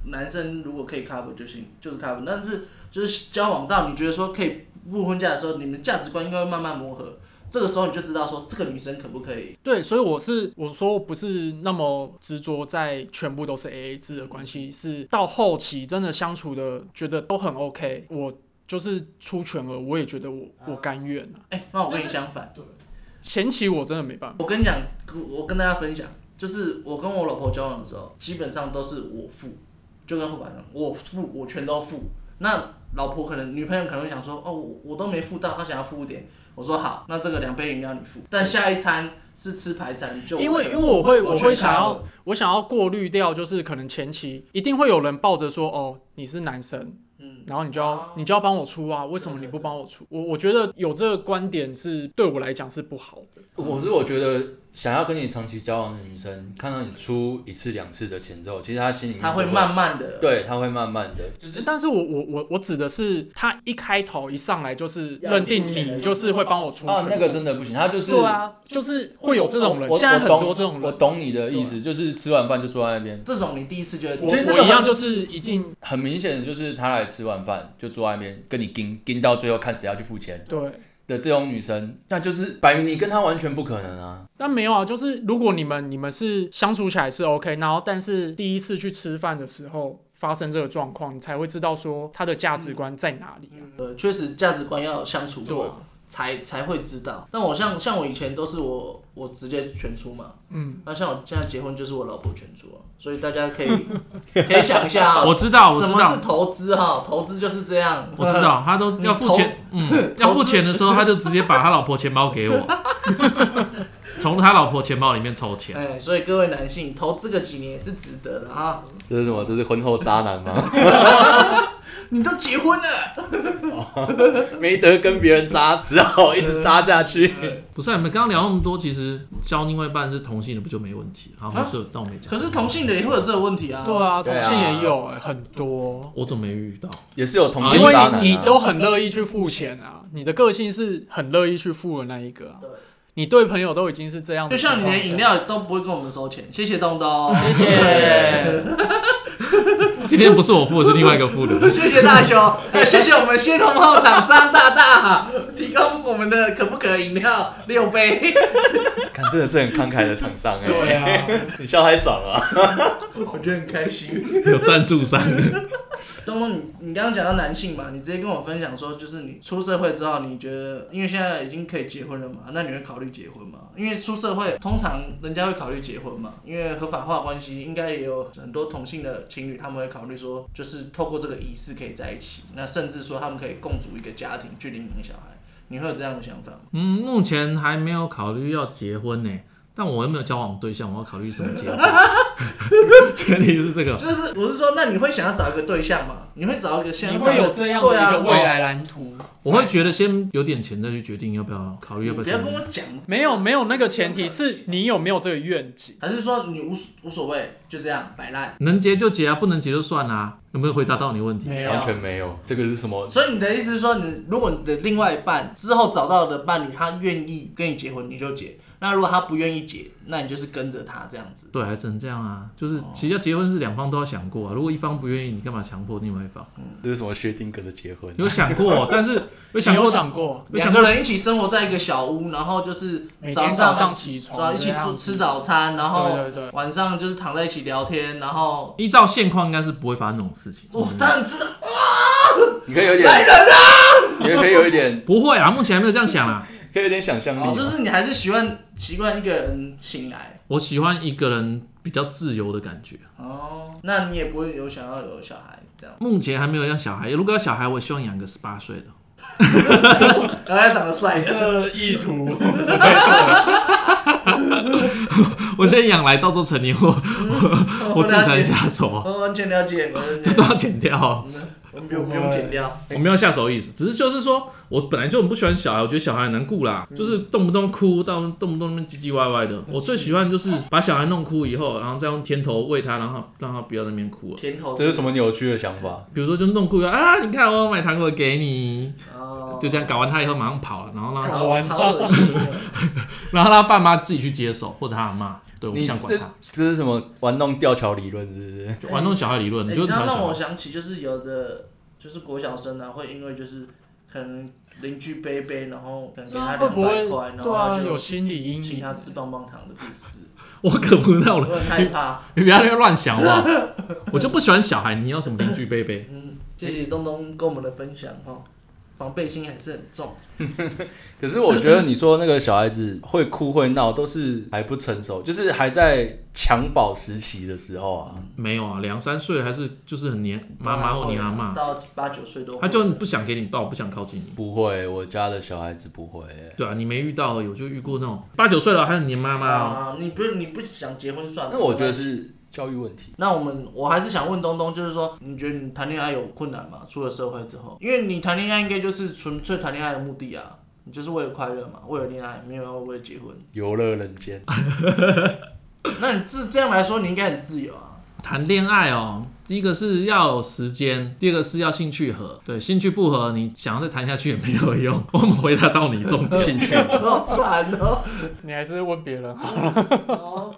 S2: 你男生如果可以 cover 就行，就是 cover。但是就是交往到你觉得说可以不婚嫁的时候，你们价值观应该会慢慢磨合。这个时候你就知道说这个女生可不可以，
S4: 对，所以我是我说不是那么执着在全部都是 A A 制的关系，是到后期真的相处的觉得都很 OK，我就是出全额，我也觉得我我甘愿啊。
S2: 哎、那我跟你相反，
S4: 前期我真的没办法，
S2: 我跟你讲，我跟大家分享，就是我跟我老婆交往的时候，基本上都是我付，就跟后爸讲，我付，我全都付。那老婆可能女朋友可能会想说，哦，我我都没付到，她想要付一点。我说好，那这个两杯饮料你付，但下一餐是吃排餐，就我
S4: 因为因
S2: 全
S4: 为我会
S2: 我
S4: 我
S2: 全
S4: 会想
S2: 包
S4: 要
S2: 了
S4: 我想要过滤掉，就是可能前期一定会有人抱着说哦你是男生，
S2: 嗯，
S4: 然后你就要
S2: 哦
S4: 你就要帮我出啊，为什么你不帮我出？我我觉得有这个观点是对我来讲是不好的。
S1: 我是我觉得想要跟你长期交往的女生，看到你出一次两次的前奏，其实她心里面
S2: 她会
S1: 就
S2: 慢慢的，
S1: 对，她会慢慢的，
S4: 就是但是我我我我指的是，他一开头一上来就是认定你就是会帮我出去，
S1: 啊，那个真的不行，她就是
S4: 对啊，就是会有这种人，
S1: 我我
S4: 现在很
S1: 我懂
S4: 多这种
S1: 我
S4: 人，啊
S1: 懂你的意思，就是吃完饭就坐在那边，
S2: 这种你第一次就会
S4: 我
S1: 其实那个
S4: 我
S1: 很嗯
S4: 一样就是一定
S1: 很明显的就是她来吃完饭就坐在那边跟你盯盯到最后看谁要去付钱
S4: 对，
S1: 的这种女生，那就是摆明你跟她完全不可能啊。
S4: 但没有啊，就是如果你们你们是相处起来是 OK，然后但是第一次去吃饭的时候发生这个状况，你才会知道说他的价值观在哪里啊、
S2: 呃，确实价值观要相处
S4: 对
S2: 过才才会知道。但我像像我以前都是我我直接全出嘛，嗯，那像我现在结婚就是我老婆全出啊，所以大家 可以可以想一下啊、
S5: 我知道，我
S2: 什
S5: 知
S2: 么是呃
S5: 道，
S2: 投资哈、投资就是这样，
S5: 我知。道，他都要付钱，嗯，要付钱的时候，他就直接把他老婆钱包给我， 从他老婆钱包里面抽 钱。
S2: 哎，所以各位男性投资个几年也是值得的啊！
S1: 这是什么？这是婚后渣男吗？
S2: 你都结婚了，
S1: 没得跟别人渣，只好一直渣下去。
S5: 不是啊、你们刚刚聊那么多，其实交另外一半是同性的，不就没问题？好，没事，但我没讲
S2: 啊可，是同性的也会有这个问题啊。
S4: 对啊，
S1: 对
S4: 同
S1: 啊
S4: 性也有、欸、很多。
S5: 我怎么没遇到？
S1: 也是有同性
S4: 因为
S1: 渣男、啊
S4: 你你都很乐意去付钱啊，你的个性是很乐意去付的那一个、啊
S2: 对。
S4: 你对朋友都已经是这样
S2: 就
S4: 的情
S2: 像
S4: 况
S2: 你
S4: 下，
S2: 连饮料都不会跟我们收钱，谢谢东东，
S4: 谢谢。
S5: 今天不是我付的，是另外一个付的。
S2: 谢谢大雄，哎，谢谢我们新龙号厂商大大提供我们的可不可饮料六杯，
S1: 看真的是很慷慨的厂商哎、
S4: 对啊，
S1: 你笑太爽了、
S2: 我觉得很开心。
S5: 有赞助商，
S2: 东东，你你刚刚讲到男性嘛，你直接跟我分享说，就是你出社会之后，你觉得因为现在已经可以结婚了嘛，那你会考虑结婚吗？因为出社会通常人家会考虑结婚嘛，因为合法化关系，应该也有很多同性的情侣，他们会考虑说，就是透过这个仪式可以在一起，那甚至说他们可以共组一个家庭去领养小孩，你会有这样的想法吗？
S5: 嗯，目前还没有考虑要结婚呢、但我又没有交往对象，我要考虑什么结婚？ 前提是这个，
S2: 就是我是说，那你会想要找一个对象吗？你会找一个现在
S4: 你会有这样的
S2: 对
S4: 一个
S2: 啊，
S4: 未来蓝图？
S5: 我会觉得先有点钱再去决定要不要考虑要不
S2: 哦你
S5: 要
S2: 不
S5: 结
S2: 要跟我
S5: 婚。
S2: 讲，
S4: 没有没有那个前提是你有没有这个愿景？
S2: 还是说你无无所谓，就这样摆烂。
S5: 能结就结啊，不能结就算啦、有没有回答到你的问题？
S4: 没有
S1: 完全没有，这个是什么？
S2: 所以你的意思是说，你如果你的另外一半之后找到的伴侣，他愿意跟你结婚，你就结；那如果他不愿意结，那你就是跟着他这样子。
S5: 对，还只能这样啊。就是其实要结婚是两方都要想过啊。如果一方不愿意，你干嘛强迫另外一方？
S1: 这是什么薛定谔的结婚？
S5: 有想过，但是有
S4: 你
S5: 想
S4: 有
S5: 过，
S4: 想过？
S5: 有想
S2: 两个人一起生活在一个小屋，然后就是
S4: 每
S2: 早
S4: 天
S2: 上
S4: 早上起
S2: 主要
S4: 床
S2: 一起
S4: 这样
S2: 住
S4: 子
S2: 吃早餐，然后
S4: 对对对
S2: 晚上就是躺在一起聊天，然后哦
S5: 依照现况应该是不会发生这种事情。
S2: 我当然知道，
S1: 你可以有点，
S2: 来人啊！
S1: 你可以有一点，
S5: 不会啊，目前还没有这样想啦。
S1: 可以有点想象力嘛。
S5: 嗯
S2: 哦，就是你还是习惯习惯一个人醒来
S5: 我喜欢一个人比较自由的感觉。
S2: 哦，那你也不会有想要有小孩这样，
S5: 目前还没有要小孩，如果要小孩，我希望养个十八岁的。
S2: 然后要长得帅
S4: 你
S2: 一点，
S4: 这意 图
S5: 我现在养来，到时候成年我我自
S2: 了
S5: 产
S2: 解，
S5: 下手啊，
S2: 我 完全了解，我完
S5: 这
S2: 全
S5: 都
S2: 了解
S5: 要剪掉啊。
S2: 我们不用不用剪掉，
S5: 我没有下手意思，只是就是说我本来就很不喜欢小孩，我觉得小孩很难顾啦，就是动不动哭，到动不动那边唧唧歪歪的。我最喜欢就是把小孩弄哭以后，然后再用甜头喂他，然后让他不要在那边哭了。
S2: 甜头
S1: 这是什么扭曲的想法？
S5: 比如说就弄哭以后啊，你看我买糖果给你，
S2: 哦，
S5: 就这样搞完他以后马上跑，然后让他
S4: 搞完
S2: 好恶心哦，
S5: 然后他爸妈自己去接手或者他阿妈，对，我不
S1: 你
S5: 想管
S1: 这
S5: 他。
S1: 这是什么玩弄吊桥理论？是不是？
S5: 就玩弄小孩理论，
S2: 欸
S5: 你
S2: 你
S5: 就
S2: 知
S5: 是
S2: 道
S5: 讨厌
S2: 让
S5: 小
S2: 我
S5: 孩。
S2: 想起就是有的就是国小生啊，会因为就是可能邻居背背，然后可能给他
S4: 会
S2: 两
S4: 不
S2: 百
S4: 会
S2: 块，然
S4: 对
S2: 后
S4: 啊
S2: 他
S4: 有
S2: 就
S4: 心理阴
S2: 请
S4: 影
S2: 他？吃棒棒糖的故事，
S5: 我可不闹
S2: 我
S5: 了，
S2: 很害怕。
S5: 你不要在那边乱想好不好？我就不喜欢小孩，你要什么邻居贝贝？
S2: 嗯，谢谢东东跟我们的分享哈、哦，防备心还是很重。
S1: 可是我觉得你说那个小孩子会哭会闹，都是还不成熟，就是还在襁褓时期的时候啊。
S5: 没有啊，两三岁还是就是很黏妈妈或你
S2: 啊
S5: 阿妈，
S2: 到八九岁都会
S5: 他就不想给你抱，不想靠近你。
S1: 不会，我家的小孩子不会、
S5: 对啊，你没遇到而已，有就遇过那种八九岁了还很黏妈妈哦。
S2: 啊，你不是你不想结婚算了。
S1: 那我觉得。是教育问题。
S2: 那我们，我还是想问东东，就是说，你觉得你谈恋爱有困难吗？出了社会之后，因为你谈恋爱应该就是纯粹谈恋爱的目的啊，你就是为了快乐嘛，为了恋爱，没有要为了结 婚。
S1: 游乐人间，
S2: 那你自这样来说，你应该很自 由啊。
S5: 谈恋爱哦，第一个是要有时间，第二个是要兴趣合。对，兴趣不合，你想要再谈下去也没有用。 我们回答到你重点，
S1: 兴趣
S2: 我好烦哦、
S4: 你还是问别人好了。
S2: 哦，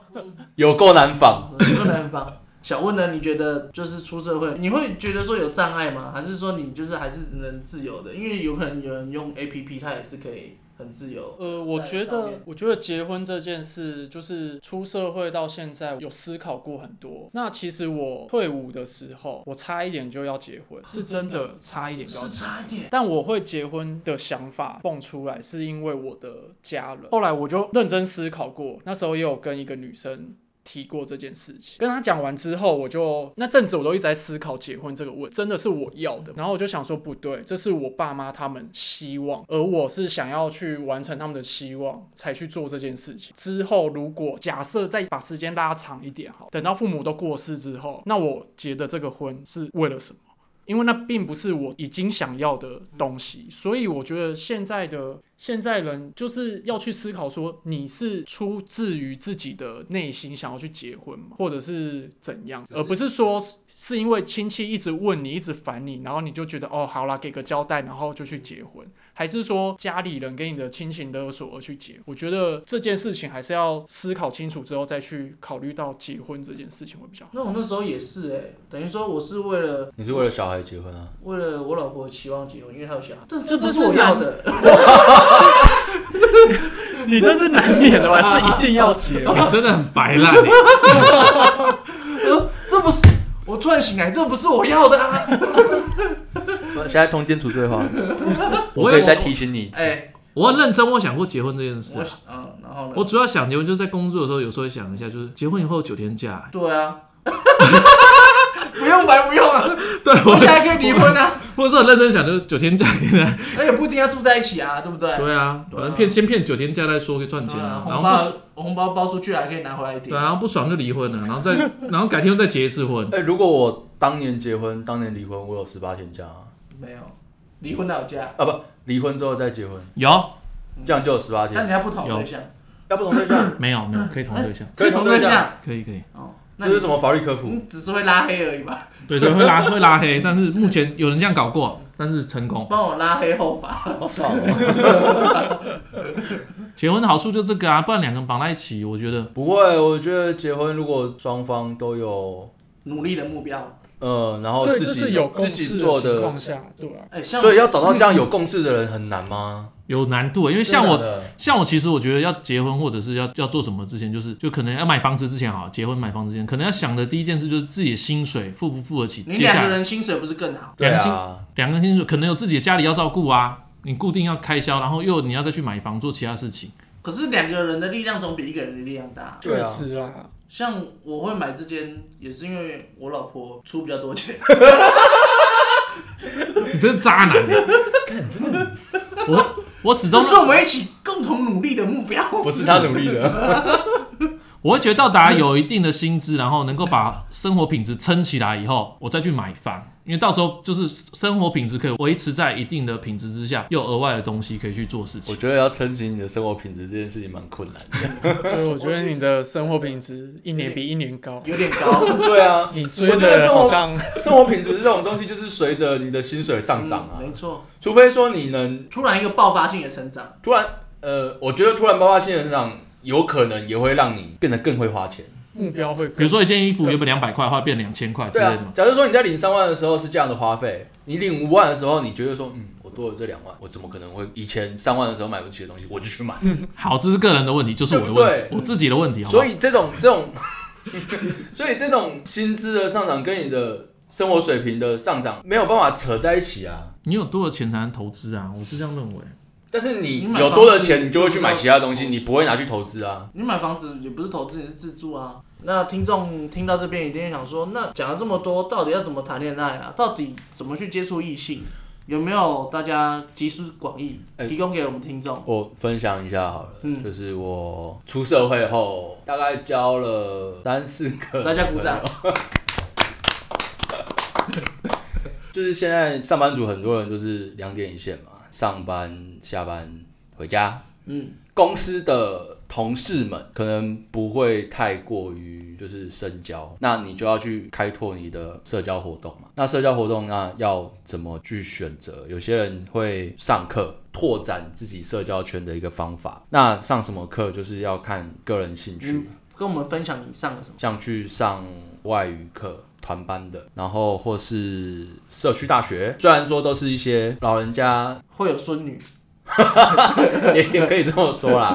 S1: 有够难仿。
S2: 不能放。小问呢？你觉得就是出社会，你会觉得说有障碍吗？还是说你就是还是能自由的？因为有可能有人用 A P P，他也是可以很自由。
S4: 呃，我
S2: 在
S4: 觉
S2: 上
S4: 得
S2: 面，
S4: 我觉得结婚这件事，就是出社会到现在有思考过很多。那其实我退伍的时候，我差一点就要结婚，是真的差一点就要
S2: 是
S4: 结婚。
S2: 差一点，
S4: 但我会结婚的想法蹦出来，是因为我的家人。后来我就认真思考过，那时候也有跟一个女生提过这件事情。跟她讲完之后，我就那阵子我都一直在思考结婚这个问，真的是我要的。然后我就想说，不对，这是我爸妈他们希望，而我是想要去完成他们的希望才去做这件事情。之后如果假设再把时间拉长一点，好，等到父母都过世之后，那我结的这个婚是为了什么？因为那并不是我已经想要的东西，所以我觉得现在的现在人就是要去思考说，你是出自于自己的内心想要去结婚吗，或者是怎样，而不是说是是因为亲戚一直问你，一直烦你，然后你就觉得哦，好啦，给个交代，然后就去结婚，还是说家里人给你的亲情勒索而去结？我觉得这件事情还是要思考清楚之后再去考虑到结婚这件事情会比较好。
S2: 那我那时候也是哎、等于说我是为了
S1: 你是为了小孩结婚啊？
S2: 为了我老婆期望结婚，因为她有小孩，但
S4: 这
S2: 这不
S4: 这
S2: 是
S4: 是
S2: 我
S4: 难
S2: 要的。
S4: 你这是难免的吧？是一定要结吗？
S5: 你真的很白烂。
S2: 呃这不是我突然醒来，这不是我要的啊！
S1: 现在通奸除罪 化，我
S5: 我
S1: 可
S5: 也
S1: 以再
S5: 是，
S1: 提醒你一次。
S2: 哎、
S5: 我很认真，我想过结婚这件事
S2: 我
S5: 啊。
S2: 嗯，然后呢？，
S5: 我主要想结婚，就是在工作的时候，有时候会想一下，就是结婚以后九天假
S2: 对啊， 不用白不用啊，
S5: 对
S2: 我
S5: 我
S2: 现在可以离婚啊，
S5: 或者说很认真想，就是九天假给 他。
S2: 而且不一定要住在一起啊，对不对？
S5: 对啊，
S2: 对啊
S5: 反正骗先骗九天假再说，可以赚钱
S2: 啊
S5: 啊。然
S2: 红
S5: 后不
S2: 包
S5: 爽
S2: 红包包出去还可以拿回来一
S5: 对
S2: 点
S5: 啊，。然后不爽就离婚了，然后再然后改天又再结一次婚。
S1: 哎、如果我当年结婚，当年离婚，我有十八天假啊，
S2: 没有，离婚到家，
S1: 啊不，离婚之后再结婚，
S5: 有
S1: 这样就有十八
S2: 但
S1: 天。
S2: 你还不同对象，
S1: 要不同对 象，
S5: 没有没有可以同对象？
S1: 可以
S2: 同
S1: 同对象。
S2: 象
S5: 可以可以，
S2: 哦。那
S1: 这是
S2: 你
S1: 什么法律科普
S2: 你？只是会拉黑而已吧？
S5: 对对会拉会拉黑，但是目前有人这样搞过，但是成功。
S2: 帮我拉黑后发，
S1: 好爽哦！
S5: 结婚的好处就这个啊，不然两个人绑在一起，我觉得
S1: 不会，我觉得结婚如果双方都有，
S2: 努力的目标。
S1: 呃，然后
S4: 对，
S1: 自
S4: 这是
S1: 己
S4: 有共
S1: 自
S4: 识
S1: 己
S4: 的
S1: 做
S4: 情
S1: 的
S4: 况，下，对啊，
S2: 哎，像
S1: 所以要找到这样有共识的人很难吗？
S5: 有难度的，欸因为像我
S1: 真的假的
S5: 像我其实我觉得要结婚或者是要要做什么之前，就是就可能要买房子之前好，结婚买房子之前，可能要想的第一件事就是自己的薪水付不付得起，
S2: 你
S5: 接
S2: 两
S5: 下
S2: 个
S5: 来
S2: 人薪水不是更好？
S1: 对
S5: 良心
S1: 啊，
S5: 两个人薪水可能有自己的家里要照顾啊，你固定要开销，然后又你要再去买房做其他事情，
S2: 可是两个人的力量总比一个人的力量大。
S1: 对
S4: 确
S1: 啊
S4: 实啦，
S2: 像我会买这间，也是因为我老婆出比较多钱。
S5: 你真是渣男啊！
S1: 看真的
S5: 我我始
S2: 这
S5: 终
S2: 是我们一起共同努力的目标。
S1: 不是他努力 的，
S5: 我会觉得到达有一定的薪资，然后能够把生活品质撑起来以后，我再去买房，因为到时候就是生活品质可以维持在一定的品质之下，又有额外的东西可以去做事
S1: 我
S5: 情。
S1: 觉得要撑起你的生活品质这件事情蛮困难的。
S4: 所以我觉得你的生活品质一年比一年高。
S2: 有 点高，
S1: 对啊，
S4: 你
S1: 我
S4: 追
S1: 觉得
S4: 的
S1: 生活
S4: 好像
S1: 生活品质这种东西就是随着你的薪水上涨啊
S2: 嗯，没错。
S1: 除非说你能
S2: 突然一个爆发性的成长，
S1: 突然呃，我觉得突然爆发性的成长，有可能也会让你变得更会花钱。
S4: 目标会更，
S5: 比如说一件衣服原本两百块，后来变两千块之
S1: 对
S5: 类的
S1: 啊
S5: 嘛，。
S1: 假如说你在领三万的时候是这样的花费，你领五万的时候，你觉得说，嗯，我多了这两万，我怎么可能会以前三万的时候买不起的东西，我就去买。
S5: 好，这是个人的问题，就是我的问
S1: 对
S5: 题，我自己的问题。好不好
S1: 所以这种这种， 所以这种薪资的上涨跟你的生活水平的上涨没有办法扯在一起啊。
S5: 你有多的钱才能投资啊，我是这样认为。
S1: 但是你
S2: 你买
S1: 有
S2: 房
S1: 多的
S2: 子
S1: 钱，你就会去买其他东西，
S2: 你
S1: 你不会拿去投资啊。
S2: 你买房子也不是投资，也是自住啊。那听众听到这边一定会想说，那讲了这么多，到底要怎么谈恋爱啊？到底怎么去接触异性？有没有大家集思广益
S1: 哎
S2: 提供给我们听众？
S1: 我分享一下好了，
S2: 哦嗯
S1: 就是我出社会后，大概交了三四个，
S2: 大家鼓掌。
S1: 就是现在上班族很多人就是两点一线嘛，上班、下班、回家。
S2: 嗯，
S1: 公司的同事们可能不会太过于就是深交，那你就要去开拓你的社交活动嘛。那社交活动那要怎么去选择？有些人会上课。拓展自己社交圈的一个方法，那上什么课就是要看个人兴趣。
S2: 嗯跟我们分享你上了什么？
S1: 像去上外语课团班的，然后或是社区大学，虽然说都是一些老人家，
S2: 会有孙女，
S1: 也也可以这么说啦。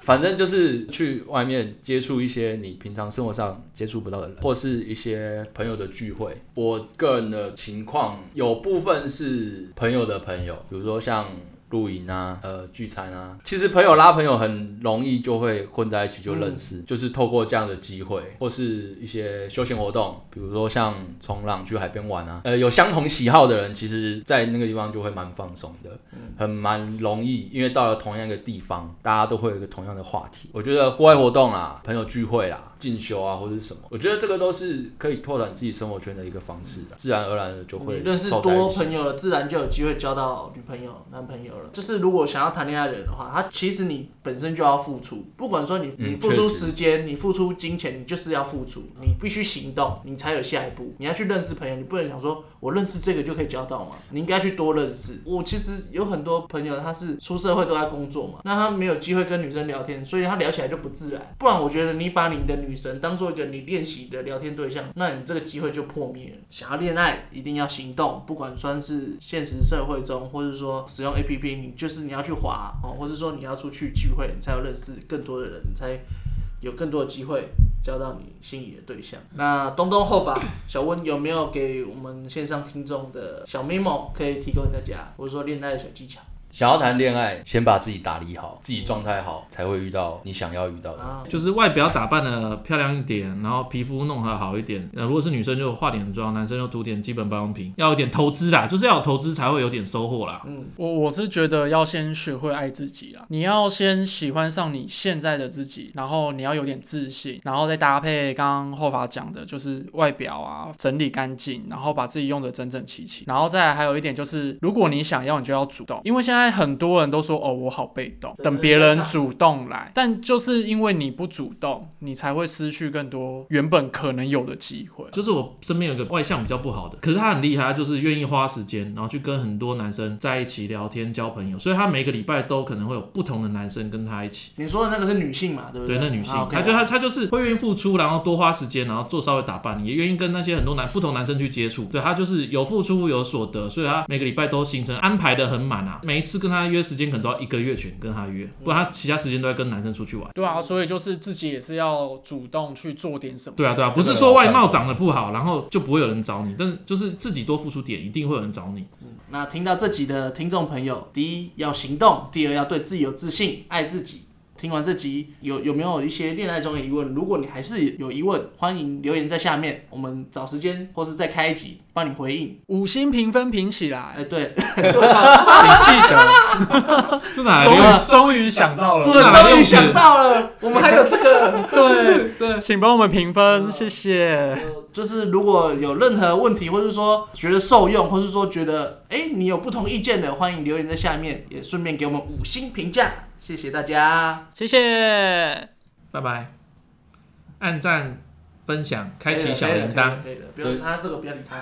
S1: 反正就是去外面接触一些你平常生活上接触不到的人，或是一些朋友的聚会。我个人的情况有部分是朋友的朋友，比如说像露营啊、呃聚餐啊，其实朋友拉朋友很容易就会混在一起就认识，就是透过这样的机会，或是一些休闲活动，比如说像冲浪、去海边玩啊，呃有相同喜好的人，其实在那个地方就会蛮放松的。很蛮容易，因为到了同样一个地方，大家都会有一个同样的话题。我觉得户外活动啊、朋友聚会啦、进修啊，或者是什么，我觉得这个都是可以拓展自己生活圈的一个方式啦，自然而然的就会
S2: 你嗯认识
S1: 凑在一
S2: 多
S1: 起
S2: 朋友了，自然就有机会交到女朋友、男朋友了。就是如果想要谈恋爱的人的话，他其实你本身就要付出，不管说你
S1: 嗯
S2: 你付出
S1: 确实
S2: 时间、你付出金钱，你就是要付出，你必须行动，你才有下一步。你要去认识朋友，你不能想说我认识这个就可以交到嘛，你应该去多认识。我其实有很多朋友，他是出社会都在工作嘛，那他没有机会跟女生聊天，所以他聊起来就不自然。不然我觉得你把你的女神当做一个你练习的聊天对象，那你这个机会就破灭了。想要恋爱，一定要行动，不管算是现实社会中，或者说使用 APP，你就是你要去滑哦，或者说你要出去聚会，你才有认识更多的人，你才有更多的机会交到你心仪的对象。那东东后法，小温有没有给我们线上听众的小 memo 可以提供给大家，或者说恋爱的小技巧？
S1: 想要谈恋爱，先把自己打理好，自己状态好，才会遇到你想要遇到的。
S2: 啊，
S5: 就是外表打扮的漂亮一点，然后皮肤弄得好一点。呃，如果是女生就化点妆，男生就涂点基本保养品，要有点投资啦，就是要有投资才会有点收获啦。
S2: 嗯
S4: 我我是觉得要先学会爱自己啊啦，你要先喜欢上你现在的自己，然后你要有点自信，然后再搭配刚刚后法讲的，就是外表啊，整理干净，然后把自己用的整整齐齐，然后再来还有一点就是，如果你想要，你就要主动，因为现在很多人都说哦，我好被动，
S2: 对
S4: 等别人主动来，但就是因为你不主动，你才会失去更多原本可能有的机会。
S5: 就是我身边有个外向比较不好的，可是他很厉害，他就是愿意花时间，然后去跟很多男生在一起聊天、交朋友，所以他每个礼拜都可能会有不同的男生跟他一起。
S2: 你说的那个是女性嘛，对不
S5: 对，那女性，
S2: 啊，OK
S5: 她就她她就是会愿意付出，然后多花时间，然后做稍微打扮，也愿意跟那些很多男不同男生去接触。对她就是有付出有所得，所以她每个礼拜都行程安排的很满啊。每一次跟他约时间可能都要一个月前跟他约，不然他其他时间都在跟男生出去玩。
S4: 对啊，所以就是自己也是要主动去做点什么。
S5: 对啊，对啊，不是说外貌长得不好，然后就不会有人找你，但就是自己多付出点，一定会有人找你。
S2: 那听到这集的听众朋友，第一要行动，第二要对自己有自信，爱自己。听完这集有有没有一些恋爱中的疑问？如果你还是有疑问，欢迎留言在下面，我们找时间或是再开一集帮你回应。
S4: 五星评分评起来，
S2: 哎，对，对啊
S4: 你记得，
S5: 这哪
S4: 终于
S5: 里？
S4: 终于想到了，
S5: 这哪里
S2: 终于想到了，我们还有这个。
S4: 对对，请帮我们评分，谢谢。
S2: 就是如果有任何问题，或是说觉得受用，或是说觉得哎、你有不同意见的，欢迎留言在下面，也顺便给我们五星评价，谢谢大家。
S4: 谢谢，
S5: 拜拜，按赞、分享、开
S2: 可以
S5: 启
S2: 了
S5: 小
S2: 可以了
S5: 铃
S2: 可以
S5: 铛
S2: 了。可以了，不用他这个不要理他。